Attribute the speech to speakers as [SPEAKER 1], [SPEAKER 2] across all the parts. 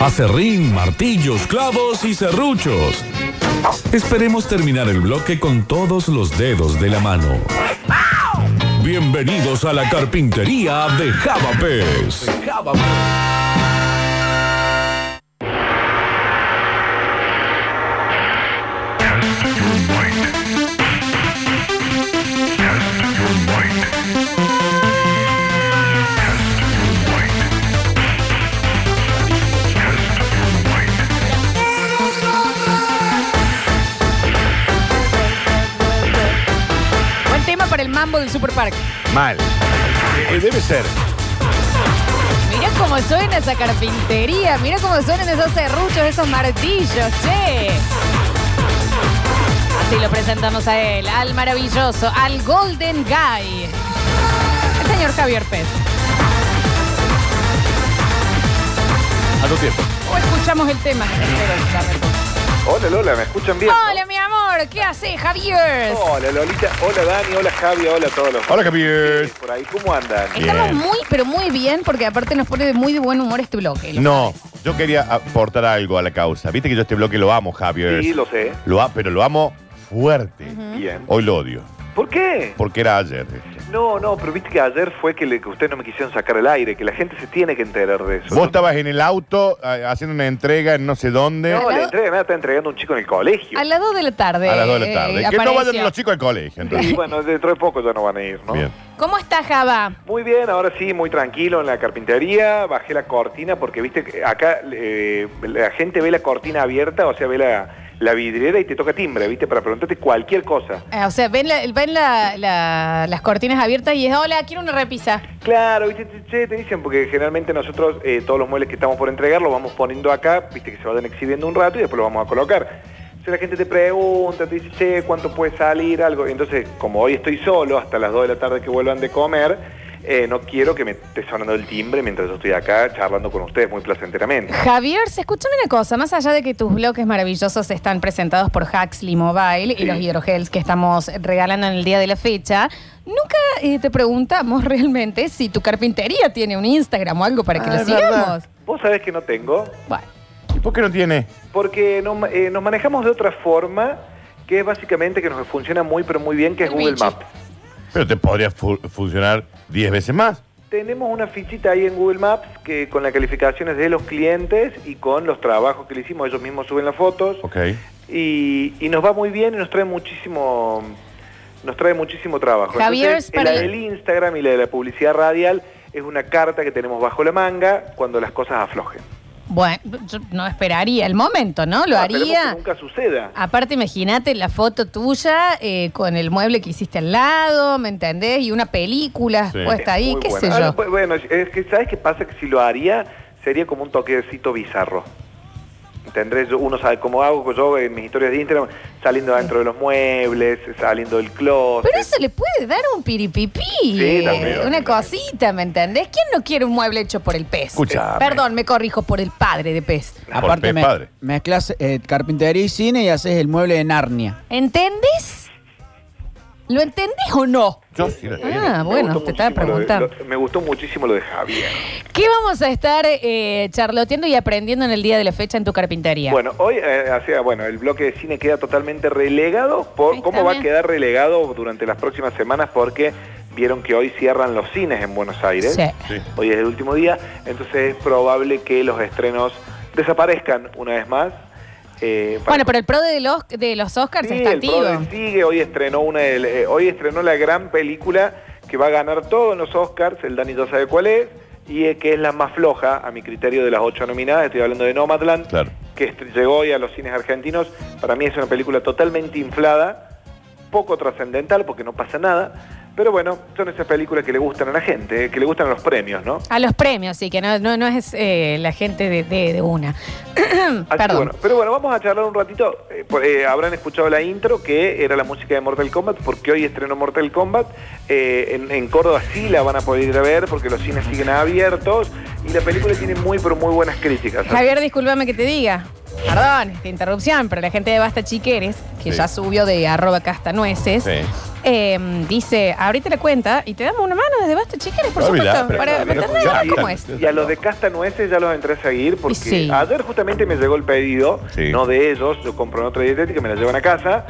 [SPEAKER 1] acerrín, martillos, clavos y serruchos. Esperemos terminar el bloque con todos los dedos de la mano. Bienvenidos a la carpintería de Javapes.
[SPEAKER 2] Buen tema para el mambo del Superpark.
[SPEAKER 3] Mal. Eh, debe ser.
[SPEAKER 2] Mira cómo suena esa carpintería, mira cómo suenan esos serruchos, esos martillos, che. Así lo presentamos a él, al maravilloso, al Golden Guy, el señor Javier Pez.
[SPEAKER 3] A tu tiempo.
[SPEAKER 2] O escuchamos el tema.
[SPEAKER 3] Hola Lola, ¿me escuchan bien?
[SPEAKER 2] Hola, mi amor, ¿qué haces, Javier?
[SPEAKER 3] Hola Lolita, hola Dani, hola Javi, hola a todos los
[SPEAKER 4] Hola, Javier.
[SPEAKER 3] por ahí. ¿Cómo andan?
[SPEAKER 4] Bien.
[SPEAKER 2] Estamos muy, pero muy bien, porque aparte nos pone de muy de buen humor este bloque. lo
[SPEAKER 4] No, yo quería aportar algo a la causa. Viste que yo este bloque lo amo, Javier.
[SPEAKER 3] Sí, lo sé.
[SPEAKER 4] Lo a- pero lo amo fuerte.
[SPEAKER 3] Bien.
[SPEAKER 4] Hoy lo odio,
[SPEAKER 3] ¿Por qué?
[SPEAKER 4] porque era ayer.
[SPEAKER 3] No, no, pero viste que ayer fue que, le- que ustedes no me quisieron sacar el aire, que la gente se tiene que enterar de eso.
[SPEAKER 4] Vos estabas en el auto eh, haciendo una entrega en no sé dónde.
[SPEAKER 3] No,
[SPEAKER 2] Al
[SPEAKER 3] la
[SPEAKER 2] lado-
[SPEAKER 3] entrega me la está entregando un chico en el colegio.
[SPEAKER 2] A las 2 de la tarde.
[SPEAKER 4] A las 2 de la tarde.
[SPEAKER 2] eh,
[SPEAKER 4] que no
[SPEAKER 2] apareció.
[SPEAKER 4] vayan los chicos al colegio, entonces.
[SPEAKER 3] Y bueno, dentro de poco ya no van a ir, ¿no?
[SPEAKER 4] Bien.
[SPEAKER 2] ¿Cómo está Java?
[SPEAKER 3] Muy bien, ahora sí, muy tranquilo en la carpintería. Bajé la cortina porque, viste, que acá eh, la gente ve la cortina abierta, o sea, ve la, la vidriera y te toca timbre, viste, para preguntarte cualquier cosa.
[SPEAKER 2] Eh, o sea, ven, la- ven la- la- las cortinas abiertas y es, hola, quiero una repisa.
[SPEAKER 3] Claro, viste, che, che, te dicen, porque generalmente nosotros eh, todos los muebles que estamos por entregar los vamos poniendo acá, viste, que se vayan exhibiendo un rato y después los vamos a colocar. Entonces la gente te pregunta, te dice, che, ¿cuánto puede salir? Algo. Entonces, como hoy estoy solo, hasta las 2 de la tarde que vuelvan de comer, eh, no quiero que me esté sonando el timbre mientras yo estoy acá charlando con ustedes muy placenteramente.
[SPEAKER 2] Javier, se escúchame una cosa, más allá de que tus bloques maravillosos están presentados por Huxley Mobile y
[SPEAKER 3] Sí.
[SPEAKER 2] los hidrogels que estamos regalando en el día de la fecha, nunca eh, te preguntamos realmente si tu carpintería tiene un Instagram o algo para
[SPEAKER 3] Ah,
[SPEAKER 2] que lo sigamos.
[SPEAKER 3] Vos sabés que no tengo,
[SPEAKER 2] Bueno,
[SPEAKER 4] ¿Y por qué no tiene?
[SPEAKER 3] porque no ma- eh, nos manejamos de otra forma, que es básicamente que nos funciona muy, pero muy bien, que es
[SPEAKER 2] El
[SPEAKER 3] Google
[SPEAKER 2] bicho.
[SPEAKER 3] Maps.
[SPEAKER 4] Pero te podría fu- funcionar 10 veces más.
[SPEAKER 3] Tenemos una fichita ahí en Google Maps que con las calificaciones de los clientes y con los trabajos que le hicimos, ellos mismos suben las fotos
[SPEAKER 4] Ok.
[SPEAKER 3] y, y nos va muy bien y nos trae muchísimo nos trae muchísimo trabajo.
[SPEAKER 2] Javier,
[SPEAKER 3] Entonces,
[SPEAKER 2] para-
[SPEAKER 3] la del Instagram y la de la publicidad radial es una carta que tenemos bajo la manga cuando las cosas aflojen.
[SPEAKER 2] bueno, yo no esperaría el momento, ¿no? Lo
[SPEAKER 3] Ah, esperemos
[SPEAKER 2] haría.
[SPEAKER 3] que nunca suceda.
[SPEAKER 2] Aparte, imagínate la foto tuya eh, con el mueble que hiciste al lado, ¿me entendés? Y una película
[SPEAKER 4] Sí.
[SPEAKER 2] puesta ahí,
[SPEAKER 3] Muy
[SPEAKER 2] qué
[SPEAKER 3] bueno.
[SPEAKER 2] sé
[SPEAKER 3] Ah,
[SPEAKER 2] yo.
[SPEAKER 3] no, pues, bueno, es que ¿sabes qué pasa? Que si lo haría, sería como un toquecito bizarro. ¿Entendés? Yo- Uno sabe cómo hago pues yo en mis historias de Instagram, saliendo adentro de los muebles, saliendo del closet.
[SPEAKER 2] Pero eso le puede dar un piripipí,
[SPEAKER 3] Sí, también,
[SPEAKER 2] eh, una
[SPEAKER 3] también.
[SPEAKER 2] cosita, ¿me entendés? ¿Quién no quiere un mueble hecho por el pez?
[SPEAKER 4] Escúchame.
[SPEAKER 2] Perdón, me corrijo, por el padre de pez.
[SPEAKER 4] Por
[SPEAKER 5] Aparte,
[SPEAKER 4] Pez
[SPEAKER 5] me-
[SPEAKER 4] Padre.
[SPEAKER 5] mezclas eh, carpintería y cine y haces el mueble de Narnia.
[SPEAKER 2] ¿Entendés? ¿Lo entendés o no?
[SPEAKER 4] Yo sí la tengo.
[SPEAKER 2] Ah,
[SPEAKER 3] Eh, Me
[SPEAKER 2] bueno,
[SPEAKER 3] gustó
[SPEAKER 2] te estaba
[SPEAKER 3] muchísimo lo de-
[SPEAKER 2] preguntando.
[SPEAKER 3] eh, lo- me gustó muchísimo lo de Javier.
[SPEAKER 2] ¿Qué vamos a estar eh, charloteando y aprendiendo en el día de la fecha en tu carpintería?
[SPEAKER 3] Bueno, hoy, eh, o sea, bueno, el bloque de cine queda totalmente relegado.
[SPEAKER 2] Ahí
[SPEAKER 3] Por,
[SPEAKER 2] está,
[SPEAKER 3] ¿Cómo va a
[SPEAKER 2] bien.
[SPEAKER 3] quedar relegado durante las próximas semanas? Porque vieron que hoy cierran los cines en Buenos Aires.
[SPEAKER 2] Sí.
[SPEAKER 4] Sí.
[SPEAKER 3] Hoy es el último día, entonces es probable que los estrenos desaparezcan una vez más. Eh, para-
[SPEAKER 2] Bueno, pero el pro de los, de los Oscars
[SPEAKER 3] Sí,
[SPEAKER 2] está
[SPEAKER 3] el
[SPEAKER 2] activo.
[SPEAKER 3] Prode sigue, hoy estrenó una del- eh, hoy estrenó la gran película que va a ganar todo en los Oscars, el Dani ya sabe cuál es, y eh, que es la más floja, a mi criterio, de las ocho nominadas, estoy hablando de Nomadland,
[SPEAKER 4] Claro.
[SPEAKER 3] que est- llegó hoy a los cines argentinos, para mí es una película totalmente inflada, poco trascendental, porque no pasa nada, pero bueno, son esas películas que le gustan a la gente, eh, que le gustan a los premios, ¿no?
[SPEAKER 2] A los premios, sí, que no, no, no es eh, la gente de, de- de una.
[SPEAKER 3] Así que
[SPEAKER 2] Mm, Perdón.
[SPEAKER 3] Ah, bueno, pero bueno, vamos a charlar un ratito. Eh, por- eh, habrán escuchado la intro, que era la música de Mortal Kombat, porque hoy estrenó Mortal Kombat. Eh, en, en Córdoba sí la van a poder ir a ver, porque los cines siguen abiertos. Y la película tiene muy, pero muy buenas críticas.
[SPEAKER 2] Javier, discúlpame que te diga. Perdón, esta interrupción, pero la gente de Basta Chiqueres, que
[SPEAKER 4] Sí.
[SPEAKER 2] ya subió de arroba castanueces,
[SPEAKER 4] Sí.
[SPEAKER 2] eh, eh, dice, ahorita la cuenta y te damos una mano desde Basta Chiqueres, por
[SPEAKER 4] No,
[SPEAKER 2] supuesto.
[SPEAKER 4] Ah, mirá, pero-
[SPEAKER 2] para
[SPEAKER 4] pero-
[SPEAKER 2] meterle
[SPEAKER 4] ya,
[SPEAKER 2] a ver cómo
[SPEAKER 4] ya.
[SPEAKER 2] es.
[SPEAKER 3] Y a los de Casta Nueces ya los entré a seguir porque
[SPEAKER 2] Sí.
[SPEAKER 3] ayer justamente me llegó el pedido,
[SPEAKER 4] Sí.
[SPEAKER 3] no de ellos, yo compro en otra dietética, me la llevan a casa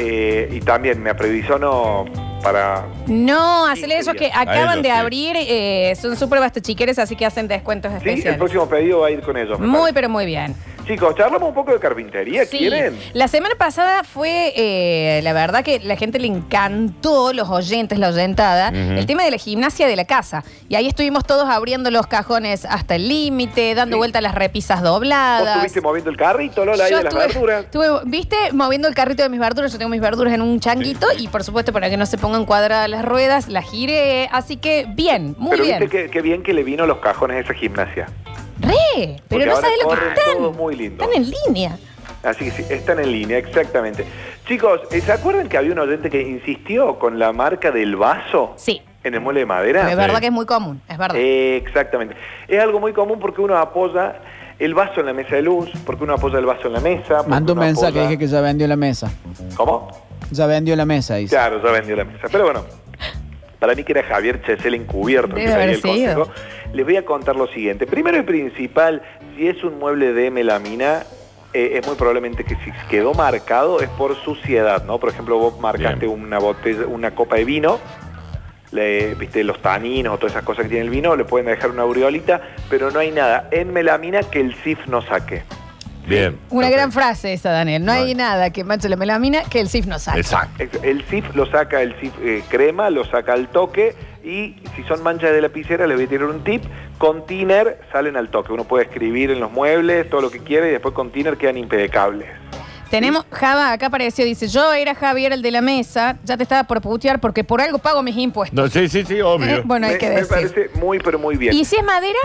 [SPEAKER 3] eh, y también me aprevisiono para...
[SPEAKER 2] No, hacele ellos que
[SPEAKER 3] días.
[SPEAKER 4] A
[SPEAKER 2] acaban
[SPEAKER 4] ellos,
[SPEAKER 2] de
[SPEAKER 4] sí.
[SPEAKER 2] abrir, eh, son súper Basta Chiqueres, así que hacen descuentos
[SPEAKER 3] Sí, el
[SPEAKER 2] especiales.
[SPEAKER 3] próximo pedido va a ir con ellos. me
[SPEAKER 2] Muy,
[SPEAKER 3] parece.
[SPEAKER 2] pero muy bien.
[SPEAKER 3] Chicos, charlamos un poco de carpintería,
[SPEAKER 2] Sí.
[SPEAKER 3] ¿quieren?
[SPEAKER 2] La semana pasada fue, eh, la verdad que la gente le encantó, los oyentes, la oyentada, el tema de la gimnasia de la casa. Y ahí estuvimos todos abriendo los cajones hasta el límite, dando
[SPEAKER 3] Sí.
[SPEAKER 2] vuelta a las repisas
[SPEAKER 3] ¿Vos
[SPEAKER 2] dobladas.
[SPEAKER 3] estuviste moviendo el carrito, Lola, ahí de las verduras?
[SPEAKER 2] estuve, viste, moviendo el carrito de mis verduras. Yo tengo mis verduras en un changuito y, por supuesto, para que no se pongan cuadradas las ruedas, las giré. Así que bien, muy
[SPEAKER 3] pero
[SPEAKER 2] bien.
[SPEAKER 3] viste que, que bien que le vino los cajones a esa gimnasia.
[SPEAKER 2] ¡Re! Pero
[SPEAKER 3] Porque
[SPEAKER 2] no
[SPEAKER 3] ahora
[SPEAKER 2] sabes lo que
[SPEAKER 3] corren
[SPEAKER 2] están.
[SPEAKER 3] todos muy lindos.
[SPEAKER 2] Están en línea.
[SPEAKER 3] Así que sí, están en línea, exactamente. Chicos, eh, ¿se acuerdan que había un oyente que insistió con la marca del vaso?
[SPEAKER 2] Sí.
[SPEAKER 3] En el mueble de madera.
[SPEAKER 2] es verdad que es muy común, es verdad.
[SPEAKER 3] Eh, exactamente. Es algo muy común porque uno apoya el vaso en la mesa de luz, porque uno apoya el vaso en la mesa. porque
[SPEAKER 5] Manda un
[SPEAKER 3] uno
[SPEAKER 5] mensaje,
[SPEAKER 3] apoya-
[SPEAKER 5] dije que ya vendió la mesa.
[SPEAKER 3] ¿Cómo?
[SPEAKER 5] Ya vendió la mesa, dice.
[SPEAKER 3] Claro, ya vendió la mesa. Pero bueno, para mí que era Javier Chesel encubierto.
[SPEAKER 2] Debe
[SPEAKER 3] que traía
[SPEAKER 2] haber
[SPEAKER 3] el
[SPEAKER 2] sido.
[SPEAKER 3] consejo. Les voy a contar lo siguiente. Primero y principal, si es un mueble de melamina, eh, es muy probablemente que si quedó marcado es por suciedad, ¿no? Por ejemplo, vos marcaste
[SPEAKER 4] Bien.
[SPEAKER 3] una botella, una copa de vino, le, viste, los taninos o todas esas cosas que tiene el vino, le pueden dejar una aureolita, pero no hay nada en melamina que el CIF no saque.
[SPEAKER 4] Bien.
[SPEAKER 2] Una
[SPEAKER 4] Ok.
[SPEAKER 2] gran frase esa, Daniel. No,
[SPEAKER 4] No
[SPEAKER 2] hay
[SPEAKER 4] hay.
[SPEAKER 2] nada que manche la melamina que el CIF no saque.
[SPEAKER 4] Exacto.
[SPEAKER 3] Ex- El CIF lo saca el CIF eh, crema, lo saca al toque y si son manchas de lapicera les voy a tirar un tip, con tiner salen al toque. Uno puede escribir en los muebles, todo lo que quiere y después con tiner quedan impecables.
[SPEAKER 2] Tenemos, Java, acá apareció, dice, yo era Javier el de la mesa, ya te estaba por putear porque por algo pago mis impuestos.
[SPEAKER 4] No, sí, sí, sí,
[SPEAKER 2] Eh,
[SPEAKER 4] obvio.
[SPEAKER 2] bueno, hay
[SPEAKER 3] Me-
[SPEAKER 2] que
[SPEAKER 3] me,
[SPEAKER 2] decir.
[SPEAKER 3] parece muy pero muy bien.
[SPEAKER 2] ¿Y si es madera?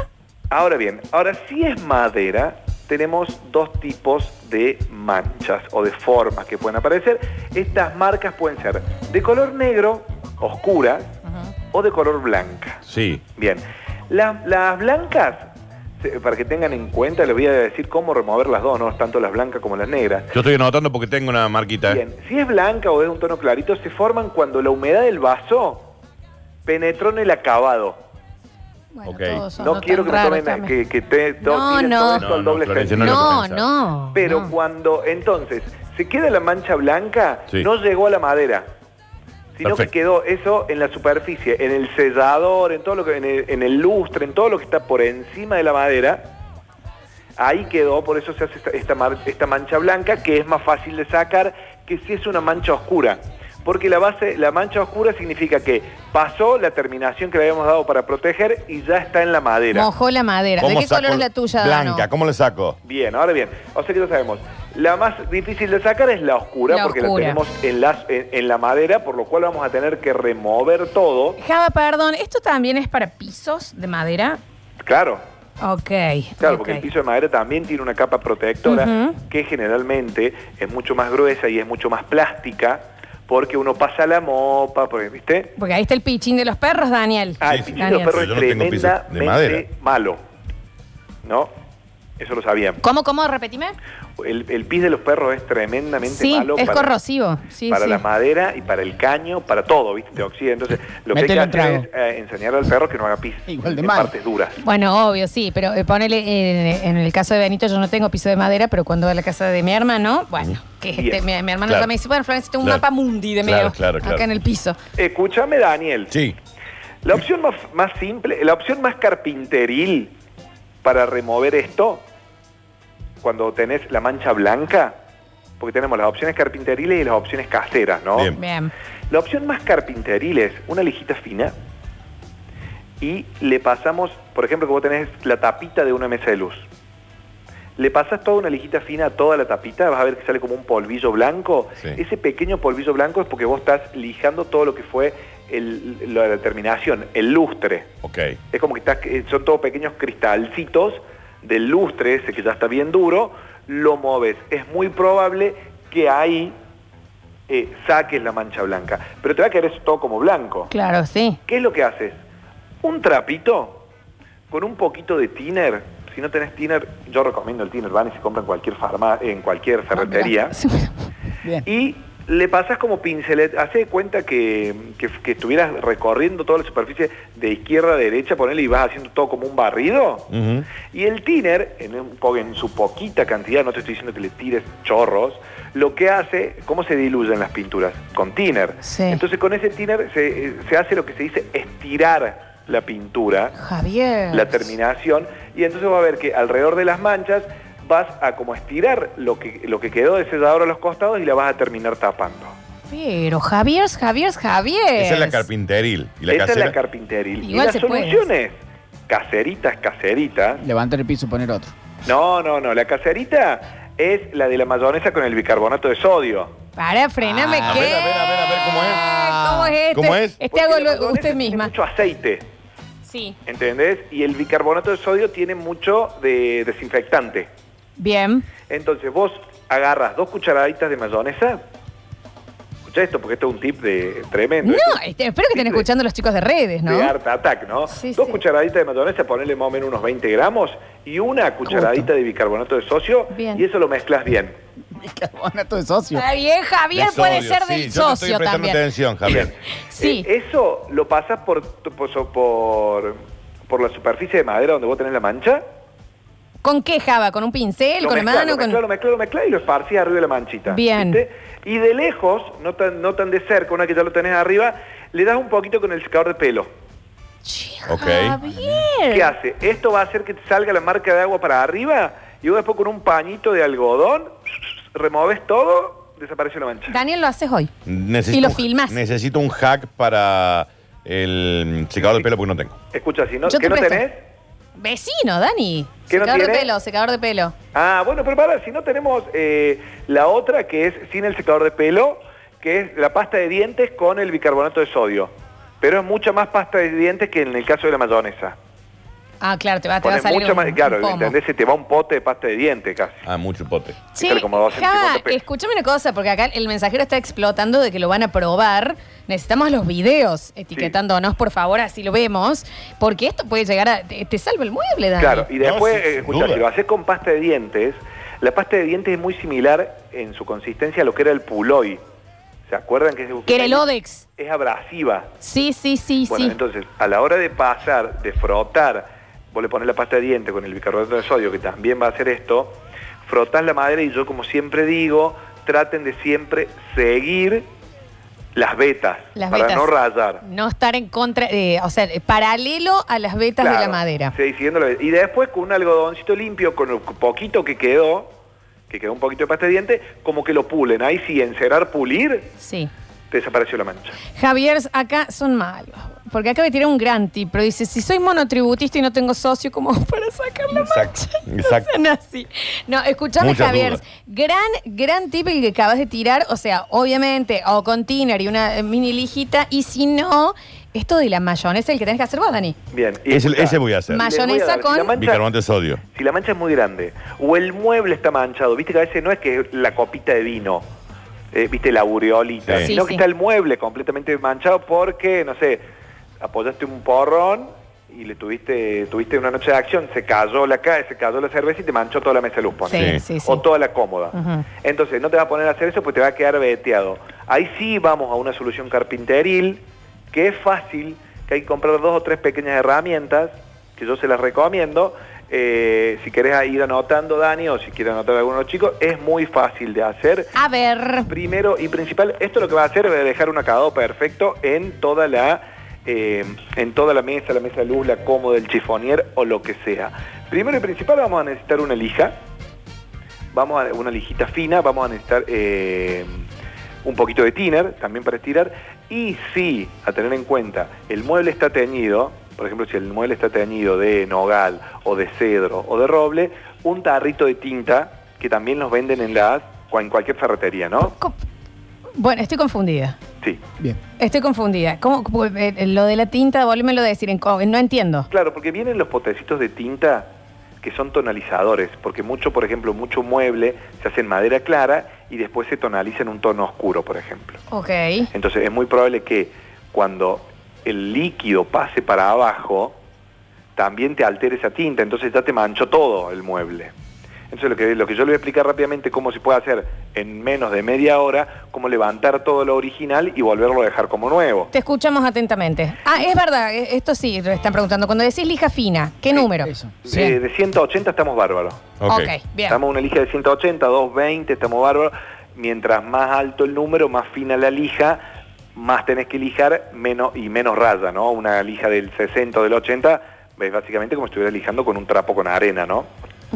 [SPEAKER 3] Ahora bien, ahora si es madera, tenemos dos tipos de manchas o de formas que pueden aparecer. Estas marcas pueden ser de color negro, oscura o de color blanca.
[SPEAKER 4] Sí.
[SPEAKER 3] Bien. La- las blancas, se- para que tengan en cuenta, les voy a decir cómo remover las dos, ¿no? Tanto las blancas como las negras.
[SPEAKER 4] Yo estoy anotando porque tengo una marquita. ¿eh?
[SPEAKER 3] Bien. Si es blanca o es un tono clarito, se forman cuando la humedad del vaso penetró en el acabado.
[SPEAKER 2] Bueno,
[SPEAKER 4] Ok.
[SPEAKER 2] todos son
[SPEAKER 3] No,
[SPEAKER 2] tan
[SPEAKER 3] quiero que me
[SPEAKER 2] raros,
[SPEAKER 3] tomen,
[SPEAKER 2] Carmen.
[SPEAKER 3] que, que te, to-
[SPEAKER 2] No,
[SPEAKER 3] tiren
[SPEAKER 2] no.
[SPEAKER 3] todo esto
[SPEAKER 4] No,
[SPEAKER 3] al
[SPEAKER 4] no,
[SPEAKER 3] doble
[SPEAKER 4] Florencia, no
[SPEAKER 3] sentido.
[SPEAKER 4] lo
[SPEAKER 2] No,
[SPEAKER 4] pensás.
[SPEAKER 2] no.
[SPEAKER 3] Pero
[SPEAKER 2] no.
[SPEAKER 3] cuando, entonces, se queda la mancha blanca,
[SPEAKER 4] Sí.
[SPEAKER 3] no llegó a la madera, sino
[SPEAKER 4] Perfecto.
[SPEAKER 3] que quedó eso en la superficie, en el sellador, en todo lo que, en el, en el lustre, en todo lo que está por encima de la madera. Ahí quedó, por eso se hace esta, esta mar- esta mancha blanca, que es más fácil de sacar que si es una mancha oscura. Porque la base, la mancha oscura significa que pasó la terminación que le habíamos dado para proteger y ya está en la madera.
[SPEAKER 2] Mojó la madera. ¿De
[SPEAKER 4] ¿Cómo
[SPEAKER 2] qué
[SPEAKER 4] saco
[SPEAKER 2] color es la tuya,
[SPEAKER 4] Blanca,
[SPEAKER 2] Dano?
[SPEAKER 4] ¿cómo le saco?
[SPEAKER 3] Bien, ahora bien. O sea que ya sabemos. La más difícil de sacar es la oscura,
[SPEAKER 2] La
[SPEAKER 3] porque
[SPEAKER 2] oscura.
[SPEAKER 3] la tenemos en, las, en, en la madera, por lo cual vamos a tener que remover todo.
[SPEAKER 2] Java, perdón, ¿esto también es para pisos de madera?
[SPEAKER 3] Claro,
[SPEAKER 2] Ok.
[SPEAKER 3] claro,
[SPEAKER 2] ok.
[SPEAKER 3] porque el piso de madera también tiene una capa protectora
[SPEAKER 2] Ujú.
[SPEAKER 3] que generalmente es mucho más gruesa y es mucho más plástica, porque uno pasa la mopa, porque, ¿viste?
[SPEAKER 2] Porque ahí está el pichín de los perros, Daniel.
[SPEAKER 3] Ah, el
[SPEAKER 4] Sí, sí.
[SPEAKER 3] piso de los
[SPEAKER 2] Daniel.
[SPEAKER 3] perros
[SPEAKER 4] Pero
[SPEAKER 3] es
[SPEAKER 4] yo no tengo piso de madera.
[SPEAKER 3] tremendamente malo. ¿No? Eso lo sabían.
[SPEAKER 2] ¿Cómo, cómo? Repetime.
[SPEAKER 3] El, el pis de los perros es tremendamente
[SPEAKER 2] Sí,
[SPEAKER 3] malo.
[SPEAKER 2] es
[SPEAKER 3] para-
[SPEAKER 2] corrosivo. Sí,
[SPEAKER 3] para
[SPEAKER 2] sí.
[SPEAKER 3] la madera y para el caño, para todo, ¿viste? Te oxida. Entonces, lo que hay que
[SPEAKER 5] Métele un
[SPEAKER 3] hacer es eh, enseñar al perro que no haga pis
[SPEAKER 5] Igual de
[SPEAKER 3] en
[SPEAKER 5] mal.
[SPEAKER 3] partes duras.
[SPEAKER 2] Bueno, obvio, sí, pero eh, ponele, eh, en el caso de Benito, yo no tengo piso de madera, pero cuando voy a la casa de mi hermano, bueno, que
[SPEAKER 3] Bien.
[SPEAKER 2] este, mi, mi hermano
[SPEAKER 4] Claro.
[SPEAKER 2] ya me dice, bueno, Florencia, tengo un
[SPEAKER 4] Claro.
[SPEAKER 2] mapa mundi de medio
[SPEAKER 4] Claro, claro, claro.
[SPEAKER 2] acá en el piso.
[SPEAKER 3] Escúchame, Daniel.
[SPEAKER 4] Sí.
[SPEAKER 3] La opción más, más simple, la opción más carpinteril para remover esto, cuando tenés la mancha blanca, porque tenemos las opciones carpinteriles y las opciones caseras, ¿no?
[SPEAKER 4] Bien.
[SPEAKER 2] Bien.
[SPEAKER 3] La opción más carpinteril es una lijita fina y le pasamos, por ejemplo, que vos tenés la tapita de una mesa de luz. Le pasas toda una lijita fina a toda la tapita, vas a ver que sale como un polvillo blanco.
[SPEAKER 4] Sí.
[SPEAKER 3] Ese pequeño polvillo blanco es porque vos estás lijando todo lo que fue el- la terminación, el lustre.
[SPEAKER 4] Ok.
[SPEAKER 3] Es como que estás, eh, son todos pequeños cristalcitos del lustre ese que ya está bien duro, lo mueves. Es muy probable que ahí eh, saques la mancha blanca. Pero te va a quedar eso todo como blanco.
[SPEAKER 2] Claro, sí.
[SPEAKER 3] ¿Qué es lo que haces? Un trapito con un poquito de tiner. Si no tenés tiner, yo recomiendo el tiner, van y se compra en cualquier farma, en cualquier ferretería.
[SPEAKER 2] Ah, mira.
[SPEAKER 5] Bien.
[SPEAKER 3] Y le pasas como pincelet, hace de cuenta que, que- que estuvieras recorriendo toda la superficie de izquierda a derecha, ponele y vas haciendo todo como un barrido.
[SPEAKER 4] Ujú.
[SPEAKER 3] Y el tiner, en, un po- en su poquita cantidad, no te estoy diciendo que le tires chorros, lo que hace, ¿cómo se diluyen las pinturas? Con tiner.
[SPEAKER 2] Sí.
[SPEAKER 3] Entonces con ese tiner se, eh, se hace lo que se dice estirar la pintura
[SPEAKER 2] Javier.
[SPEAKER 3] la terminación y entonces va a ver que alrededor de las manchas vas a como estirar lo que, lo que quedó de sellador a los costados y la vas a terminar tapando.
[SPEAKER 2] Pero Javier, Javier, Javier.
[SPEAKER 4] Esa es la carpinteril. ¿Y la
[SPEAKER 3] Esta
[SPEAKER 4] casera?
[SPEAKER 3] es la carpinteril.
[SPEAKER 2] Igual
[SPEAKER 3] y las
[SPEAKER 2] se puede.
[SPEAKER 3] soluciones, caseritas, caseritas.
[SPEAKER 5] Levantar el piso y poner otro.
[SPEAKER 3] No, no, no, la caserita es la de la mayonesa con el bicarbonato de sodio.
[SPEAKER 2] Para, frename,
[SPEAKER 5] Ah,
[SPEAKER 2] ¿qué?
[SPEAKER 4] a ver, a ver, a ver, a ver, ¿cómo es?
[SPEAKER 2] ¿cómo es? este?
[SPEAKER 4] ¿Cómo es?
[SPEAKER 2] Este
[SPEAKER 3] Porque
[SPEAKER 2] hago
[SPEAKER 3] la
[SPEAKER 2] lo-
[SPEAKER 3] mayonesa
[SPEAKER 2] usted
[SPEAKER 3] tiene
[SPEAKER 2] misma.
[SPEAKER 3] mucho aceite,
[SPEAKER 2] Sí.
[SPEAKER 3] ¿entendés? Y el bicarbonato de sodio tiene mucho de desinfectante.
[SPEAKER 2] Bien.
[SPEAKER 3] Entonces vos agarras dos cucharaditas de mayonesa. Escucha esto, porque esto es un tip de tremendo.
[SPEAKER 2] No,
[SPEAKER 3] esto es
[SPEAKER 2] este, espero que estén
[SPEAKER 3] Simple.
[SPEAKER 2] escuchando los chicos de redes, ¿no?
[SPEAKER 3] De Art Attack, ¿no?
[SPEAKER 2] Sí,
[SPEAKER 3] dos
[SPEAKER 2] sí.
[SPEAKER 3] cucharaditas de mayonesa, ponerle más o menos unos 20 gramos y una cucharadita de bicarbonato de socio
[SPEAKER 2] Bien.
[SPEAKER 3] y eso lo mezclas bien.
[SPEAKER 5] Bicarbonato de socio.
[SPEAKER 2] Está bien, Javier
[SPEAKER 4] De
[SPEAKER 2] puede
[SPEAKER 4] sodio,
[SPEAKER 2] ser
[SPEAKER 4] sí,
[SPEAKER 2] del
[SPEAKER 4] yo te
[SPEAKER 2] socio
[SPEAKER 4] estoy prestando
[SPEAKER 2] también.
[SPEAKER 4] atención, Javier.
[SPEAKER 2] Sí.
[SPEAKER 3] Eh, eso lo pasas por, por, por, por la superficie de madera donde vos tenés la mancha.
[SPEAKER 2] ¿Con qué, Java? ¿Con un pincel?
[SPEAKER 3] eh. Lo
[SPEAKER 2] ¿Con la
[SPEAKER 3] mezclás,
[SPEAKER 2] mano?
[SPEAKER 3] lo
[SPEAKER 2] Con...
[SPEAKER 3] mezclás, lo mezclás, lo mezclás y lo esparcís arriba de la manchita.
[SPEAKER 2] Bien.
[SPEAKER 3] ¿viste? Y de lejos, no tan, no tan de cerca, una que ya lo tenés arriba, le das un poquito con el secador de pelo.
[SPEAKER 2] Che,
[SPEAKER 4] Ok.
[SPEAKER 2] Javier.
[SPEAKER 3] ¿Qué hace? Esto va a hacer que te salga la marca de agua para arriba y vos después con un pañito de algodón removes todo, desaparece la mancha.
[SPEAKER 2] Daniel, lo haces hoy.
[SPEAKER 4] Necesito
[SPEAKER 2] Y lo
[SPEAKER 4] un-
[SPEAKER 2] filmás.
[SPEAKER 4] Necesito un hack para el secador de pelo porque no tengo.
[SPEAKER 3] Escucha, si no,
[SPEAKER 2] Yo te
[SPEAKER 3] ¿qué no
[SPEAKER 2] presto.
[SPEAKER 3] tenés?
[SPEAKER 2] Vecino, Dani.
[SPEAKER 3] ¿Qué no
[SPEAKER 2] secador de
[SPEAKER 3] tiene?
[SPEAKER 2] pelo, secador de pelo.
[SPEAKER 3] Ah, bueno, pero para, si no tenemos eh, la otra que es sin el secador de pelo, que es la pasta de dientes con el bicarbonato de sodio. Pero es mucha más pasta de dientes que en el caso de la mayonesa.
[SPEAKER 2] Ah, claro, te va, te va a
[SPEAKER 3] Pones
[SPEAKER 2] salir
[SPEAKER 3] mucho
[SPEAKER 2] un,
[SPEAKER 3] más,
[SPEAKER 2] un
[SPEAKER 3] claro,
[SPEAKER 2] pomo.
[SPEAKER 3] ¿entendés? Se te va un pote de pasta de dientes casi.
[SPEAKER 4] Ah, mucho pote.
[SPEAKER 2] Sí,
[SPEAKER 3] Sale como 12
[SPEAKER 2] Java,
[SPEAKER 3] centímetros.
[SPEAKER 2] escúchame una cosa, porque acá el mensajero está explotando de que lo van a probar. Necesitamos los videos etiquetándonos, por favor, así lo vemos. Porque esto puede llegar a. Te, te salva el mueble, Dani.
[SPEAKER 3] Claro, y
[SPEAKER 4] No,
[SPEAKER 3] después,
[SPEAKER 4] sí,
[SPEAKER 3] eh,
[SPEAKER 4] sin
[SPEAKER 3] escuchá,
[SPEAKER 4] duda.
[SPEAKER 3] si lo haces con pasta de dientes, la pasta de dientes es muy similar en su consistencia a lo que era el puloy. ¿Se acuerdan que es
[SPEAKER 2] Que era el Odex.
[SPEAKER 3] Es abrasiva.
[SPEAKER 2] Sí, sí, sí,
[SPEAKER 3] Bueno,
[SPEAKER 2] sí.
[SPEAKER 3] entonces, a la hora de pasar, de frotar, vos le pones la pasta de dientes con el bicarbonato de sodio, que también va a hacer esto, frotás la madera y yo, como siempre digo, traten de siempre seguir las vetas
[SPEAKER 2] Las
[SPEAKER 3] para
[SPEAKER 2] vetas.
[SPEAKER 3] no rayar.
[SPEAKER 2] No estar en contra, eh, o sea, eh, paralelo a las vetas de la
[SPEAKER 3] Claro,
[SPEAKER 2] madera.
[SPEAKER 3] sí, siguiendo la- y después con un algodoncito limpio, con lo poquito que quedó, que quedó un poquito de pasta de dientes, como que lo pulen. Ahí sí, encerar, pulir,
[SPEAKER 2] Sí.
[SPEAKER 3] te desapareció la mancha.
[SPEAKER 2] Javier, acá son malos. Porque acá me tiran un gran tip, pero dice, si soy monotributista y no tengo socio, ¿cómo hago para sacar la
[SPEAKER 4] Exacto,
[SPEAKER 2] mancha?
[SPEAKER 4] exacto.
[SPEAKER 2] No sean así. No, escuchame,
[SPEAKER 4] Muchas
[SPEAKER 2] Javier.
[SPEAKER 4] dudas.
[SPEAKER 2] Gran, gran tip el que acabas de tirar. O sea, obviamente, o con tiner y una eh, mini lijita. Y si no, esto de la mayonesa es el que tenés que hacer vos, Dani.
[SPEAKER 3] Bien. y
[SPEAKER 4] Ese,
[SPEAKER 3] escuchá,
[SPEAKER 4] ese voy a hacer.
[SPEAKER 2] Ma-
[SPEAKER 3] les voy a
[SPEAKER 2] Mayonesa
[SPEAKER 3] dar- si la
[SPEAKER 2] con-
[SPEAKER 3] mancha-
[SPEAKER 4] Bicarbonato de sodio.
[SPEAKER 3] Si la mancha es muy grande o el mueble está manchado, viste que a veces no es que es la copita de vino, eh, viste la aureolita,
[SPEAKER 4] Sí.
[SPEAKER 3] sino
[SPEAKER 2] Sí,
[SPEAKER 3] que
[SPEAKER 2] sí.
[SPEAKER 3] está el mueble completamente manchado porque, no sé, apoyaste un porrón y le tuviste tuviste una noche de acción, se cayó la ca- se cayó la cerveza y te manchó toda la mesa de luz, ponele.
[SPEAKER 2] Sí, sí, sí.
[SPEAKER 3] o toda la cómoda.
[SPEAKER 2] Ujú.
[SPEAKER 3] Entonces, no te vas a poner a hacer eso porque te va a quedar veteado. Ahí sí vamos a una solución carpinteril, que es fácil, que hay que comprar dos o tres pequeñas herramientas, que yo se las recomiendo. Eh, si querés ir anotando, Dani, o si quieres anotar algunos chicos, es muy fácil de hacer.
[SPEAKER 2] A ver.
[SPEAKER 3] Primero y principal, esto lo que va a hacer es dejar un acabado perfecto en toda la eh, en toda la mesa, la mesa de luz, la cómoda, el chifonier o lo que sea. Primero y principal vamos a necesitar una lija, vamos a una lijita fina, vamos a necesitar eh, un poquito de tiner también para estirar y si a tener en cuenta el mueble está teñido, por ejemplo si el mueble está teñido de nogal o de cedro o de roble, un tarrito de tinta que también los venden en las en cualquier ferretería, ¿no?
[SPEAKER 2] Co- Bueno, estoy confundida.
[SPEAKER 3] Sí.
[SPEAKER 5] Bien.
[SPEAKER 2] Estoy confundida. ¿Cómo, cómo- eh, eh, lo de la tinta, volvémelo a decir. en co- No entiendo.
[SPEAKER 3] Claro, porque vienen los potecitos de tinta que son tonalizadores, porque mucho, por ejemplo, mucho mueble se hace en madera clara y después se tonaliza en un tono oscuro, por ejemplo.
[SPEAKER 2] Ok.
[SPEAKER 3] Entonces es muy probable que cuando el líquido pase para abajo, también te altere esa tinta, entonces ya te manchó todo el mueble. Entonces lo que, lo que yo le voy a explicar rápidamente cómo se puede hacer en menos de media hora, cómo levantar todo lo original y volverlo a dejar como nuevo.
[SPEAKER 2] Te escuchamos atentamente. Ah, es verdad, e- esto sí, lo están preguntando. Cuando decís lija fina, ¿qué número?
[SPEAKER 5] Eso.
[SPEAKER 3] Eh,
[SPEAKER 5] Sí.
[SPEAKER 3] de 180 estamos bárbaros.
[SPEAKER 4] Ok.
[SPEAKER 2] ok, bien.
[SPEAKER 3] Estamos en una lija de 180, 220, estamos bárbaros. Mientras más alto el número, más fina la lija, más tenés que lijar menos y menos raya, ¿no? Una lija del 60 o del 80 es básicamente como si estuviera lijando con un trapo con arena, ¿no?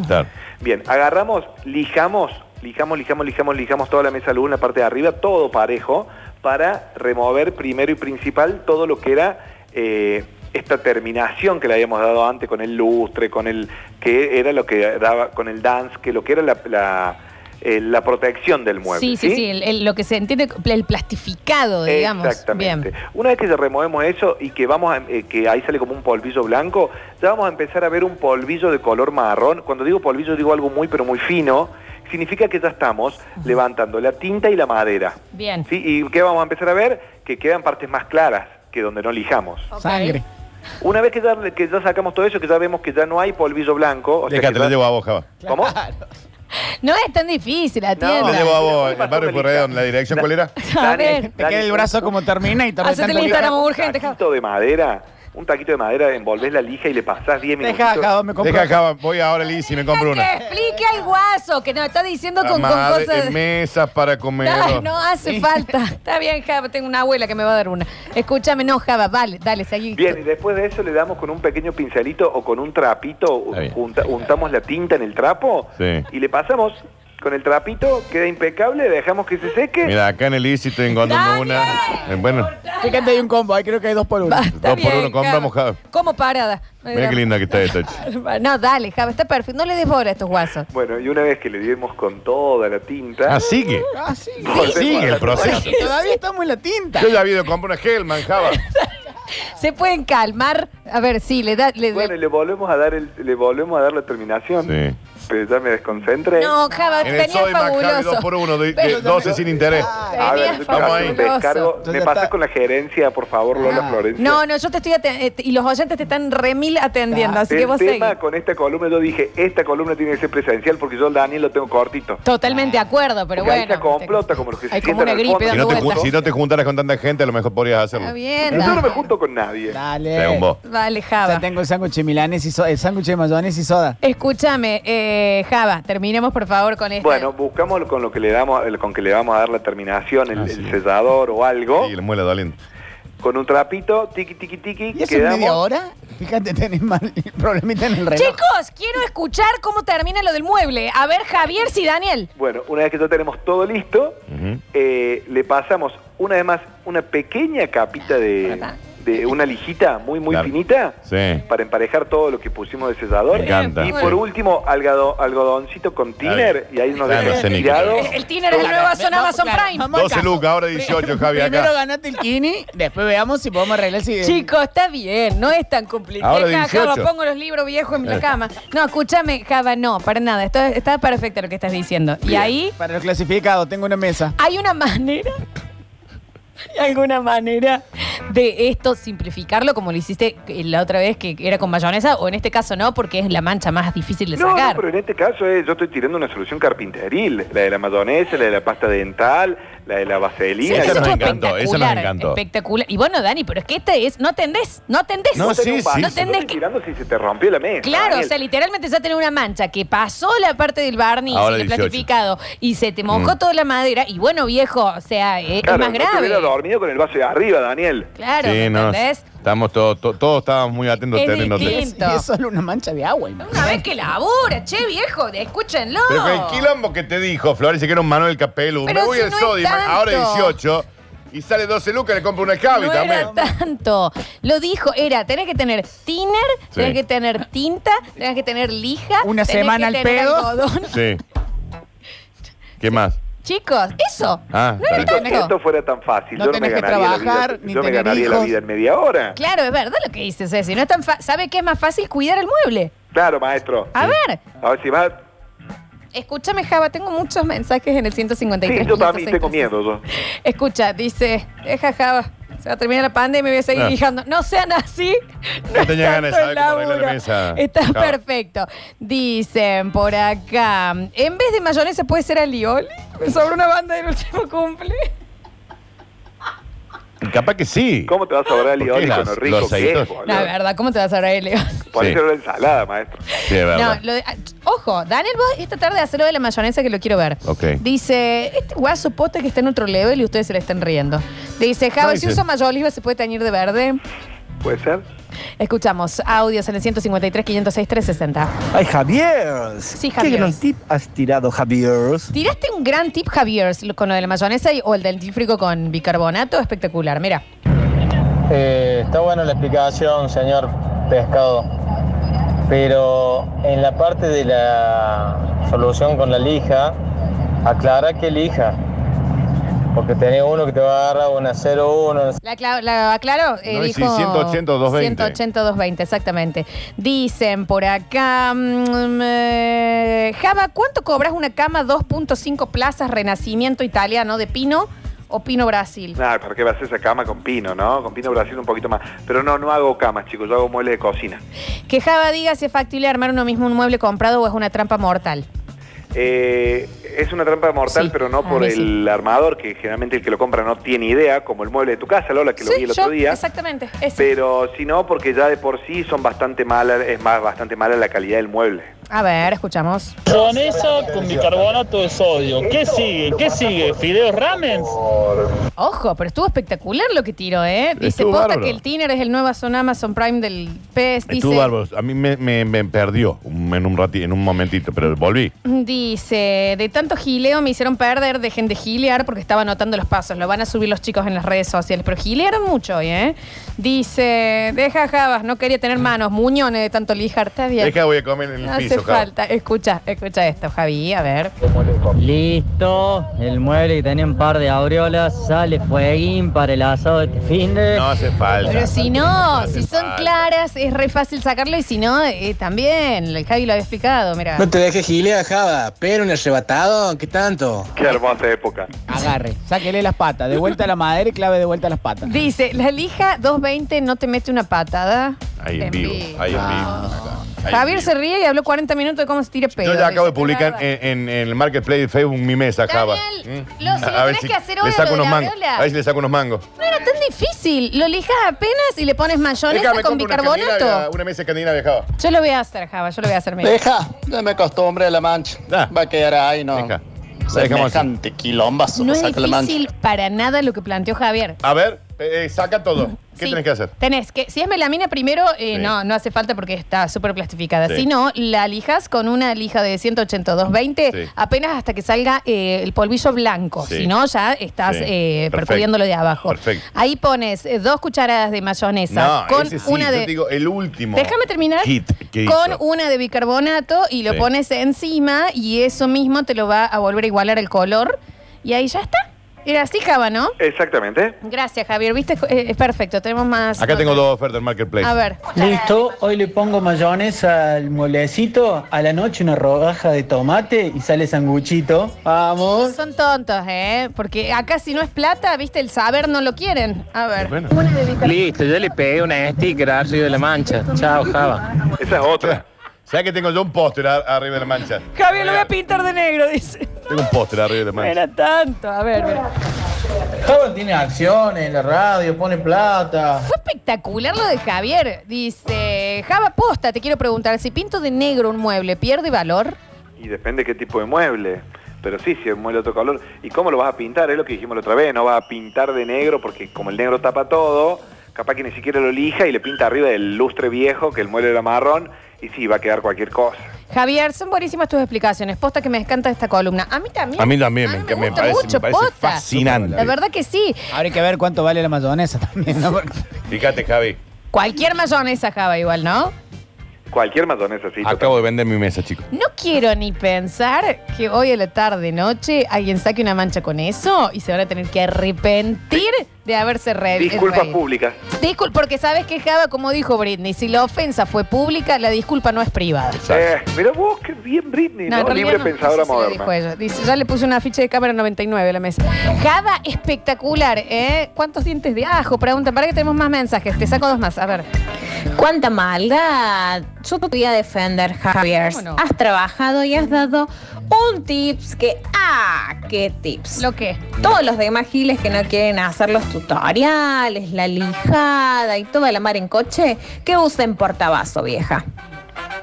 [SPEAKER 4] Claro.
[SPEAKER 3] Bien, agarramos, lijamos, lijamos, lijamos, lijamos, lijamos toda la mesa luna, la parte de arriba, todo parejo, para remover primero y principal todo lo que era eh, esta terminación que le habíamos dado antes con el lustre, con el que era lo que daba, con el dance, que lo que era la, la, eh, la protección del mueble.
[SPEAKER 2] sí, sí, sí, el- el- lo que se entiende, el plastificado, digamos.
[SPEAKER 3] Exactamente.
[SPEAKER 2] Bien.
[SPEAKER 3] Una vez que removemos eso y que vamos a- eh, que ahí sale como un polvillo blanco, ya vamos a empezar a ver un polvillo de color marrón. Cuando digo polvillo digo algo muy pero muy fino. Significa que ya estamos levantando la tinta y la madera.
[SPEAKER 2] Bien.
[SPEAKER 3] ¿Sí? ¿Y qué vamos a empezar a ver? Que quedan partes más claras que donde no lijamos.
[SPEAKER 2] Ok.
[SPEAKER 5] Sangre.
[SPEAKER 3] Una vez que ya, que ya sacamos todo eso, que ya vemos que ya no hay polvillo blanco. o sea
[SPEAKER 4] Deja,
[SPEAKER 3] que
[SPEAKER 4] te la
[SPEAKER 3] ya-
[SPEAKER 4] llevo a vos, Java.
[SPEAKER 3] ¿Cómo?
[SPEAKER 2] No es tan difícil,
[SPEAKER 4] Te
[SPEAKER 2] atienda.
[SPEAKER 4] la llevo a vos.
[SPEAKER 3] Muy
[SPEAKER 4] El barrio
[SPEAKER 3] bastante
[SPEAKER 4] Porredón,
[SPEAKER 3] lista.
[SPEAKER 4] ¿la dirección cuál era?
[SPEAKER 2] A
[SPEAKER 3] Dani,
[SPEAKER 2] ver.
[SPEAKER 5] Te
[SPEAKER 3] Dani,
[SPEAKER 5] queda el brazo como termina y te
[SPEAKER 2] Hacete el
[SPEAKER 5] con-
[SPEAKER 2] Instagram urgente,
[SPEAKER 3] Un
[SPEAKER 2] Java.
[SPEAKER 3] taquito de madera, un taquito de madera, envolvés la lija y le pasás 10 minutos.
[SPEAKER 5] Deja, Java, me compro.
[SPEAKER 4] Deja, Java. Voy ahora, Liz, y me compro
[SPEAKER 2] Que
[SPEAKER 4] una.
[SPEAKER 2] explique al guaso que nos está diciendo
[SPEAKER 4] La
[SPEAKER 2] con, con
[SPEAKER 4] madre,
[SPEAKER 2] cosas.
[SPEAKER 4] mesas para comer.
[SPEAKER 2] Ay, no hace falta. Está bien, Java. Tengo una abuela que me va a dar una. Escúchame, no, Java. Vale, dale, seguí.
[SPEAKER 3] Bien, y después de eso le damos con un pequeño pincelito o con un trapito,
[SPEAKER 4] Está bien.
[SPEAKER 3] junta- juntamos la tinta en el trapo
[SPEAKER 4] Sí.
[SPEAKER 3] y le pasamos con el trapito, queda impecable, dejamos que se seque.
[SPEAKER 4] Mira, acá en el Easy estoy encontrando
[SPEAKER 2] Daniel.
[SPEAKER 4] una. Eh, Bueno,
[SPEAKER 5] Fíjate, hay un combo. Ahí creo que hay dos por uno.
[SPEAKER 2] Va, Ah, está
[SPEAKER 4] Dos por
[SPEAKER 2] bien,
[SPEAKER 4] uno, compramos, Java.
[SPEAKER 2] Como parada.
[SPEAKER 4] mira qué linda que está esta. che.
[SPEAKER 2] No, dale, Java, está perfecto. No le des bola a estos guasos.
[SPEAKER 3] Bueno, y una vez que le dimos con toda la tinta,
[SPEAKER 4] Ah, sigue.
[SPEAKER 5] Ah, sí.
[SPEAKER 3] Volvemos
[SPEAKER 4] sigue
[SPEAKER 3] a
[SPEAKER 4] el
[SPEAKER 3] la-
[SPEAKER 4] proceso.
[SPEAKER 5] Todavía estamos en la tinta.
[SPEAKER 4] Yo ya había ido a comprar una Hellman, Java.
[SPEAKER 2] ¿Se pueden calmar? A ver, sí, le da. le-
[SPEAKER 3] bueno, y le volvemos a dar el, le volvemos a dar la terminación.
[SPEAKER 4] Sí.
[SPEAKER 3] Pero ya me desconcentré.
[SPEAKER 2] No, Java,
[SPEAKER 4] En el
[SPEAKER 2] tenía
[SPEAKER 4] Soy Javi,
[SPEAKER 2] fabuloso.
[SPEAKER 4] dos por uno, de, de
[SPEAKER 2] Pero-
[SPEAKER 4] 12 sin interés.
[SPEAKER 3] a ver,
[SPEAKER 2] Tenías
[SPEAKER 4] vamos ahí.
[SPEAKER 3] un descargo.
[SPEAKER 5] Entonces
[SPEAKER 3] ¿Me
[SPEAKER 5] ya
[SPEAKER 3] pasas
[SPEAKER 5] está. Ah.
[SPEAKER 3] con la gerencia, por favor, Lola
[SPEAKER 5] No.
[SPEAKER 3] Florencia?
[SPEAKER 2] No, no, yo te estoy aten- eh, y los oyentes te están remil atendiendo, así que
[SPEAKER 3] Ah, El
[SPEAKER 2] vos
[SPEAKER 3] tema
[SPEAKER 2] seguís.
[SPEAKER 3] con esta columna, yo dije, esta columna tiene que ser presencial porque yo, Daniel, lo tengo cortito.
[SPEAKER 2] Totalmente de acuerdo, pero
[SPEAKER 3] Porque ahí
[SPEAKER 2] bueno.
[SPEAKER 3] se complota, como los que se
[SPEAKER 2] Hay como
[SPEAKER 3] sientan
[SPEAKER 2] una
[SPEAKER 3] al
[SPEAKER 2] gripe
[SPEAKER 3] fondo.
[SPEAKER 4] Si
[SPEAKER 2] dando
[SPEAKER 4] no, te,
[SPEAKER 2] vueltas.
[SPEAKER 4] ju- si no te juntaras con tanta gente, a lo mejor podrías hacerlo.
[SPEAKER 2] Está Ah, bien.
[SPEAKER 3] Yo no me
[SPEAKER 2] dale.
[SPEAKER 3] junto con nadie.
[SPEAKER 5] Dale.
[SPEAKER 4] Según vos.
[SPEAKER 2] Vale,
[SPEAKER 5] Ya
[SPEAKER 2] Java.
[SPEAKER 5] tengo el sándwich de milanes y soda. El sándwich de mayones y soda.
[SPEAKER 2] Escúchame, eh, Java, terminemos por favor con esto.
[SPEAKER 3] Bueno, buscamos con lo que le damos, el- con que le vamos a dar la terminación, el, el sellador o algo,
[SPEAKER 4] Sí, la muela doliente.
[SPEAKER 3] con un trapito, tiqui tiqui tiqui,
[SPEAKER 5] ¿Y eso en
[SPEAKER 3] quedamos-
[SPEAKER 5] media hora? Fíjate, tenés mal el problemita en el reloj.
[SPEAKER 2] Chicos, quiero escuchar cómo termina lo del mueble. A ver, Javier, si Daniel.
[SPEAKER 3] Bueno, una vez que ya tenemos todo listo,
[SPEAKER 4] Ujú.
[SPEAKER 3] eh, le pasamos una vez más una pequeña capita de,
[SPEAKER 2] Acá.
[SPEAKER 3] de una lijita muy muy
[SPEAKER 4] Claro.
[SPEAKER 3] finita
[SPEAKER 4] Sí.
[SPEAKER 3] para emparejar todo lo que pusimos de sellador.
[SPEAKER 4] Me encanta.
[SPEAKER 3] Y por último, algado- algodoncito con tiner, y ahí nos
[SPEAKER 4] Claro,
[SPEAKER 3] dejamos
[SPEAKER 4] sé ni qué
[SPEAKER 3] tirado.
[SPEAKER 4] es.
[SPEAKER 2] El, el Tiner es el nuevo son Amazon Prime.
[SPEAKER 5] Vamos al
[SPEAKER 4] 12
[SPEAKER 5] caso.
[SPEAKER 4] lucas, ahora 18, Javi, acá.
[SPEAKER 5] Primero ganate el kini, después veamos si podemos arreglar si...
[SPEAKER 2] Chicos, está bien, no es tan complicado.
[SPEAKER 4] Ahora
[SPEAKER 2] Deja,
[SPEAKER 4] 18.
[SPEAKER 2] Java, pongo los libros viejos en
[SPEAKER 3] Eh.
[SPEAKER 2] la cama. No, escúchame, Java, no, para nada. Esto es- está perfecto lo que estás diciendo. Y ahí Ah,
[SPEAKER 5] Para los clasificados, tengo una mesa.
[SPEAKER 2] hay una manera, hay alguna manera de esto simplificarlo como lo hiciste la otra vez que era con mayonesa, o en este caso no, porque es la mancha más difícil de
[SPEAKER 3] No, no,
[SPEAKER 2] sacar.
[SPEAKER 3] pero en este caso eh, yo estoy tirando una solución carpinteril. La de la mayonesa, la de la pasta dental, la de la
[SPEAKER 2] Sí,
[SPEAKER 3] vaselina.
[SPEAKER 4] Esa
[SPEAKER 2] eso
[SPEAKER 4] nos
[SPEAKER 2] estuvo
[SPEAKER 4] encantó, esa nos
[SPEAKER 2] espectacular,
[SPEAKER 4] encantó.
[SPEAKER 2] Espectacular. Y bueno, Dani, pero es que esta es. No atendés, no atendés.
[SPEAKER 4] No, sí,
[SPEAKER 3] tenés un vaso,
[SPEAKER 4] sí,
[SPEAKER 2] No
[SPEAKER 4] sí.
[SPEAKER 2] tenés
[SPEAKER 3] estoy
[SPEAKER 2] que-
[SPEAKER 3] tirando si se te rompió la mesa.
[SPEAKER 2] Claro,
[SPEAKER 3] Daniel.
[SPEAKER 2] o sea, literalmente ya tenés una mancha que pasó la parte del barniz
[SPEAKER 4] Ahora Mm.
[SPEAKER 2] y el
[SPEAKER 4] 18.
[SPEAKER 2] plastificado y se te mojó toda la madera. Y bueno, viejo, o sea, eh,
[SPEAKER 3] Claro,
[SPEAKER 2] es más
[SPEAKER 3] no te hubiera
[SPEAKER 2] grave.
[SPEAKER 3] dormido con el vaso de arriba, Daniel.
[SPEAKER 2] Claro,
[SPEAKER 4] sí,
[SPEAKER 2] ¿me
[SPEAKER 4] no,
[SPEAKER 2] ¿entendés?
[SPEAKER 4] Estamos todos, to- todos estábamos muy atentos.
[SPEAKER 2] Es
[SPEAKER 4] teniéndote.
[SPEAKER 2] distinto.
[SPEAKER 5] Es, es solo una mancha de agua. ¿no?
[SPEAKER 2] Una vez que labura, che, viejo, de- escúchenlo.
[SPEAKER 4] Pero con el quilombo que te dijo, Flores, que era un Manuel Capelu.
[SPEAKER 2] Pero
[SPEAKER 4] Me voy
[SPEAKER 2] si
[SPEAKER 4] al
[SPEAKER 2] no es
[SPEAKER 4] Sodimac,
[SPEAKER 2] tanto.
[SPEAKER 4] ahora 18. Y sale 12 lucas, le compro una Javi
[SPEAKER 2] No
[SPEAKER 4] también.
[SPEAKER 2] era tanto. Lo dijo, era, tenés que tener tiner, tenés que tener tinta, tenés que tener lija.
[SPEAKER 5] Una
[SPEAKER 2] tenés
[SPEAKER 5] semana
[SPEAKER 2] que
[SPEAKER 5] al
[SPEAKER 2] tener
[SPEAKER 5] pedo.
[SPEAKER 2] algodón.
[SPEAKER 4] Sí. ¿Qué más?
[SPEAKER 2] Chicos, eso.
[SPEAKER 4] Ah,
[SPEAKER 2] no era
[SPEAKER 4] está
[SPEAKER 3] Entonces, si
[SPEAKER 2] tanto.
[SPEAKER 3] esto fuera tan fácil,
[SPEAKER 5] No
[SPEAKER 3] yo no me
[SPEAKER 5] tenés que
[SPEAKER 3] ganaría,
[SPEAKER 5] trabajar,
[SPEAKER 3] la, vida,
[SPEAKER 5] ni
[SPEAKER 3] yo me
[SPEAKER 5] tener
[SPEAKER 3] ganaría la
[SPEAKER 5] hijos.
[SPEAKER 3] vida en media hora.
[SPEAKER 2] Claro, es verdad lo que dices, Ceci. No es tan fa- ¿Sabe qué es más fácil cuidar el mueble?
[SPEAKER 3] Claro, maestro.
[SPEAKER 2] A ver,
[SPEAKER 3] A ver si vas.
[SPEAKER 2] escúchame, Java, tengo muchos mensajes en el 153.
[SPEAKER 3] Sí, yo también tengo miedo. Yo.
[SPEAKER 2] Escucha, dice, deja Java. Se va a terminar la pandemia y voy a seguir
[SPEAKER 4] Ah.
[SPEAKER 2] guijando. No sean así. No,
[SPEAKER 4] No tenía
[SPEAKER 2] es
[SPEAKER 4] ganas de
[SPEAKER 2] tanto
[SPEAKER 4] saber cómo
[SPEAKER 2] el
[SPEAKER 4] arreglar la
[SPEAKER 2] laburo.
[SPEAKER 4] mesa.
[SPEAKER 2] Está
[SPEAKER 4] Chao.
[SPEAKER 2] perfecto. Dicen por acá, en vez de mayonesa puede ser alioli. Me sobró una banda del último cumple.
[SPEAKER 4] Capaz que sí.
[SPEAKER 3] ¿Cómo te vas a sobrar el
[SPEAKER 4] Ah, ¿Por qué
[SPEAKER 3] iónico
[SPEAKER 4] las-
[SPEAKER 3] con lo rico
[SPEAKER 4] los
[SPEAKER 3] que es,
[SPEAKER 4] aceitos?
[SPEAKER 3] boludo?
[SPEAKER 2] No, es verdad, ¿cómo te vas a ver alioli?
[SPEAKER 3] Podés
[SPEAKER 4] Sí.
[SPEAKER 3] hacer una ensalada, maestro.
[SPEAKER 4] Sí, de verdad.
[SPEAKER 2] No, lo de- ah, ch- ojo, Daniel, vos esta tarde hacelo de la mayonesa que lo quiero ver.
[SPEAKER 4] Ok.
[SPEAKER 2] Dice, este guaso posta que está en otro level y ustedes se le están riendo. Dice, Java,
[SPEAKER 4] No,
[SPEAKER 2] si
[SPEAKER 4] dice-
[SPEAKER 2] uso mayoliva se puede teñir de verde.
[SPEAKER 3] ¿Puede ser?
[SPEAKER 2] Escuchamos audios en el 153, 506, 360.
[SPEAKER 6] Ay, Javier.
[SPEAKER 2] Sí,
[SPEAKER 6] Qué
[SPEAKER 2] Javier.
[SPEAKER 6] gran tip has tirado, Javier.
[SPEAKER 2] Tiraste un gran tip, Javier, lo- con lo de la mayonesa y- o el del tífrico con bicarbonato. Espectacular, mira.
[SPEAKER 7] Eh, está buena la explicación, señor Pescado. Pero en la parte de la solución con la lija, aclara que lija. Porque tenés uno que te va a agarrar una 0-1, una
[SPEAKER 2] La, cla- la aclaro, eh,
[SPEAKER 4] No, y sí,
[SPEAKER 2] dijo...
[SPEAKER 4] 180, 220.
[SPEAKER 2] 180, 220, exactamente. Dicen por acá... mm, eh, Java, ¿cuánto cobras una cama 2.5 plazas Renacimiento Italiano de Pino o Pino Brasil?
[SPEAKER 3] Nada, ¿para qué vas a hacer esa cama con pino, no? Con pino Brasil un poquito más. Pero no, no hago camas, chicos, yo hago muebles de cocina.
[SPEAKER 2] Que Java diga si es factible armar uno mismo un mueble comprado o es una trampa mortal.
[SPEAKER 3] Eh, es una trampa mortal,
[SPEAKER 2] Sí,
[SPEAKER 3] pero no
[SPEAKER 2] a
[SPEAKER 3] por
[SPEAKER 2] mí
[SPEAKER 3] el
[SPEAKER 2] sí.
[SPEAKER 3] armador, que generalmente el que lo compra no tiene idea, como el mueble de tu casa, Lola, que lo vi el otro
[SPEAKER 2] yo,
[SPEAKER 3] día.
[SPEAKER 2] exactamente. ese.
[SPEAKER 3] Pero si no, porque ya de por sí son bastante malas, es más, bastante mala la calidad del mueble.
[SPEAKER 2] A ver, escuchamos.
[SPEAKER 8] Mayonesa con bicarbonato de sodio. ¿Qué sigue? ¿Qué sigue? ¿Fideos ramen?
[SPEAKER 2] Ojo, pero estuvo espectacular lo que tiró, ¿eh? Dice
[SPEAKER 4] Estuvo
[SPEAKER 2] posta
[SPEAKER 4] bárbaro.
[SPEAKER 2] que el Tiner es el nuevo Amazon Amazon Prime del PES. Dice,
[SPEAKER 4] Estuvo bárbaro. A mí me, me- me perdió un- en un rati- en un momentito, pero volví.
[SPEAKER 2] Dice, de tanto gileo me hicieron perder, dejen de gilear porque estaba anotando los pasos, lo van a subir los chicos en las redes sociales, pero gilearon mucho hoy, ¿eh? Dice, deja Javas, no quería tener manos, muñones de tanto lijar, está bien.
[SPEAKER 4] Deja, voy a comer en el
[SPEAKER 2] no hace
[SPEAKER 4] piso, Java.
[SPEAKER 2] falta, escucha, escucha esto, Javi, a ver.
[SPEAKER 9] Listo, el mueble que tenía un par de aureolas sale fueguín para el asado de este fin de...
[SPEAKER 4] No hace falta.
[SPEAKER 2] Pero si no, si son
[SPEAKER 4] falta.
[SPEAKER 2] claras, es re fácil sacarlo y si no, eh, también, el Javi lo había explicado, mira.
[SPEAKER 10] No te dejes gilear, Java, pero un arrebatado, ¿qué tanto?
[SPEAKER 3] Qué hermosa época.
[SPEAKER 5] Agarre, sáquele las patas, de vuelta a la madera y clave de vuelta a las patas.
[SPEAKER 2] Dice, la lija 220 no te mete una patada.
[SPEAKER 4] Ahí en vivo. Ahí en vivo. Ahí en
[SPEAKER 2] Ah. Javier
[SPEAKER 4] vivo.
[SPEAKER 2] se ríe y habló 40 minutos de cómo se tira pedo.
[SPEAKER 4] Yo ya acabo de
[SPEAKER 2] Dice,
[SPEAKER 4] publicar
[SPEAKER 2] "La verdad".
[SPEAKER 4] en, en- en el marketplace de Facebook mi mesa, Java.
[SPEAKER 2] Daniel,
[SPEAKER 4] ¿Mm?
[SPEAKER 2] lo- si lo tenés que hacer hoy
[SPEAKER 4] le
[SPEAKER 2] a
[SPEAKER 4] saco
[SPEAKER 2] lo de
[SPEAKER 4] unos
[SPEAKER 2] la
[SPEAKER 4] mangos.
[SPEAKER 2] viola.
[SPEAKER 4] A ver si le saco unos mangos.
[SPEAKER 2] No era tan difícil. Lo lijas apenas y le pones mayonesa
[SPEAKER 4] Déjame,
[SPEAKER 2] con
[SPEAKER 4] compro una Scandinavia,
[SPEAKER 2] bicarbonato.
[SPEAKER 4] Una mesa escandinavia, Java.
[SPEAKER 2] Yo lo voy a hacer, Java. Yo lo voy a hacer. mira.
[SPEAKER 10] Deja, dame costumbre de la mancha.
[SPEAKER 4] Da.
[SPEAKER 10] Va a quedar ahí, ¿no?
[SPEAKER 4] Deja. La dejamos así.
[SPEAKER 10] Semejante quilombazo,
[SPEAKER 2] No es
[SPEAKER 10] saca la mancha.
[SPEAKER 2] difícil para nada lo que planteó Javier.
[SPEAKER 4] A ver, eh, eh, saca todo. ¿Qué
[SPEAKER 2] Sí,
[SPEAKER 4] tenés que hacer?
[SPEAKER 2] Tenés que, si es melamina primero, eh,
[SPEAKER 4] Sí.
[SPEAKER 2] no, no hace falta porque está súper plastificada.
[SPEAKER 4] Sí.
[SPEAKER 2] Si no, la lijas con una lija de 182, 20,
[SPEAKER 4] Sí.
[SPEAKER 2] apenas hasta que salga eh, el polvillo blanco.
[SPEAKER 4] Sí.
[SPEAKER 2] Si no, ya estás
[SPEAKER 4] Sí.
[SPEAKER 2] eh,
[SPEAKER 4] Perfecto.
[SPEAKER 2] percudiéndolo de abajo.
[SPEAKER 4] Perfecto.
[SPEAKER 2] Ahí pones eh, dos cucharadas de mayonesa
[SPEAKER 4] no,
[SPEAKER 2] con
[SPEAKER 4] ese sí,
[SPEAKER 2] una
[SPEAKER 4] yo
[SPEAKER 2] de.
[SPEAKER 4] te digo, el último.
[SPEAKER 2] Déjame terminar
[SPEAKER 4] Kit que
[SPEAKER 2] con
[SPEAKER 4] hizo.
[SPEAKER 2] una de bicarbonato y lo
[SPEAKER 4] Sí.
[SPEAKER 2] pones encima y eso mismo te lo va a volver a igualar el color y ahí ya está. Era así, Java, ¿no?
[SPEAKER 3] Exactamente.
[SPEAKER 2] Gracias, Javier. ¿Viste? Es, es perfecto. Tenemos más.
[SPEAKER 4] Acá tengo dos ofertas en marketplace.
[SPEAKER 2] A ver.
[SPEAKER 9] Listo, hoy le pongo mayonesa al mueblecito, a la noche una rodaja de tomate y sale sanguchito.
[SPEAKER 10] Vamos.
[SPEAKER 2] Son tontos, ¿eh? Porque acá si no es plata, ¿viste? El saber no lo quieren. A ver.
[SPEAKER 4] Bueno,
[SPEAKER 8] Listo, yo le pegué una sticker al Río de la Mancha. Chao, Java.
[SPEAKER 3] Esa es otra.
[SPEAKER 4] ¿sabes que tengo yo un póster a- arriba de la mancha?
[SPEAKER 2] Javier lo voy a pintar de negro, dice.
[SPEAKER 4] Tengo un póster arriba de la
[SPEAKER 2] No
[SPEAKER 4] mancha.
[SPEAKER 2] era tanto. A ver, mira.
[SPEAKER 9] Java tiene acciones en la radio, pone plata.
[SPEAKER 2] Fue espectacular lo de Javier. Dice, Java Posta, te quiero preguntar, si pinto de negro un mueble, ¿pierde valor?
[SPEAKER 3] Y depende qué tipo de mueble. Pero sí, si es un mueble de otro color. ¿Y cómo lo vas a pintar? Es lo que dijimos la otra vez. No vas a pintar de negro porque como el negro tapa todo, capaz que ni siquiera lo lija y le pinta arriba del lustre viejo, que el mueble era marrón, y sí, va a quedar cualquier cosa.
[SPEAKER 2] Javier, son buenísimas tus explicaciones. Posta que me encanta esta columna. A mí también.
[SPEAKER 4] A mí también, me,
[SPEAKER 2] mí
[SPEAKER 4] que me
[SPEAKER 2] gusta
[SPEAKER 4] parece,
[SPEAKER 2] mucho,
[SPEAKER 4] me parece
[SPEAKER 2] posta.
[SPEAKER 4] fascinante.
[SPEAKER 2] La verdad que sí.
[SPEAKER 5] Habría que ver cuánto vale la mayonesa también, ¿no? Porque-
[SPEAKER 4] Fíjate, Javi.
[SPEAKER 2] Cualquier mayonesa, Java, igual, ¿no?
[SPEAKER 3] Cualquier mayonesa, sí.
[SPEAKER 4] Acabo de vender mi mesa, chicos.
[SPEAKER 2] No quiero ni pensar que hoy a la tarde, noche, alguien saque una mancha con eso y se van a tener que arrepentir de haberse re
[SPEAKER 3] Disculpas
[SPEAKER 2] reído.
[SPEAKER 3] públicas.
[SPEAKER 2] Discul- porque sabes que Java, como dijo Britney, si la ofensa fue pública, la disculpa no es privada.
[SPEAKER 3] Eh, mira vos, qué bien Britney, ¿no?
[SPEAKER 2] en realidad
[SPEAKER 3] Libre
[SPEAKER 2] no,
[SPEAKER 3] pensadora
[SPEAKER 2] eso sí lo
[SPEAKER 3] moderna.
[SPEAKER 2] dijo ella. Dice, ya le puse una ficha de cámara 99 a la mesa. Java, espectacular, ¿eh? ¿Cuántos dientes de ajo? Pregunta, para que tenemos más mensajes. Te saco dos más, a ver.
[SPEAKER 11] ¿Cuánta maldad? Yo te voy a defender, Javier.
[SPEAKER 2] ¿Cómo no?
[SPEAKER 11] Has trabajado y has dado un tips que. ¡Ah! ¡Qué tips!
[SPEAKER 2] ¿Lo qué?
[SPEAKER 11] Todos los demás giles que no quieren hacer los tutoriales, la lijada y toda la mar en coche, que usen portabazo, vieja.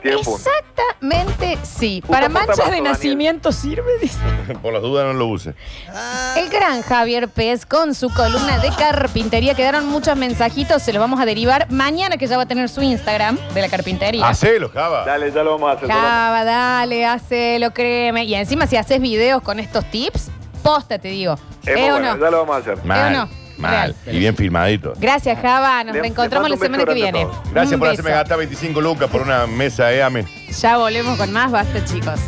[SPEAKER 4] Tiene un punto.
[SPEAKER 2] Exactamente sí. Para manchas de nacimiento sirve, dice.
[SPEAKER 4] Por las dudas no lo use.
[SPEAKER 2] El gran Javier Pérez con su columna de carpintería. Quedaron muchos mensajitos, se los vamos a derivar mañana que ya va a tener su Instagram de la carpintería.
[SPEAKER 3] Ah,
[SPEAKER 4] Hacelo, Java.
[SPEAKER 3] Dale, ya lo vamos a hacer. ya lo vamos a
[SPEAKER 2] Java, dale, hacelo, créeme. Y encima si haces videos con estos tips, posta, te digo.
[SPEAKER 3] hacer. Es muy
[SPEAKER 2] ¿Eh o
[SPEAKER 3] bueno,
[SPEAKER 2] no?
[SPEAKER 3] Ya lo vamos a hacer.
[SPEAKER 4] Mal.
[SPEAKER 2] no?
[SPEAKER 4] Mal. Y bien filmadito.
[SPEAKER 2] Gracias, Java. Nos
[SPEAKER 4] Le-
[SPEAKER 2] reencontramos
[SPEAKER 4] le
[SPEAKER 2] la
[SPEAKER 4] mando un
[SPEAKER 2] semana que
[SPEAKER 4] beso grande
[SPEAKER 2] viene.
[SPEAKER 4] a todos. Gracias
[SPEAKER 2] Un
[SPEAKER 4] por hacerme
[SPEAKER 2] beso.
[SPEAKER 4] gastar 25 lucas por una mesa, eh, ame.
[SPEAKER 2] Ya volvemos con más. Basta, chicos.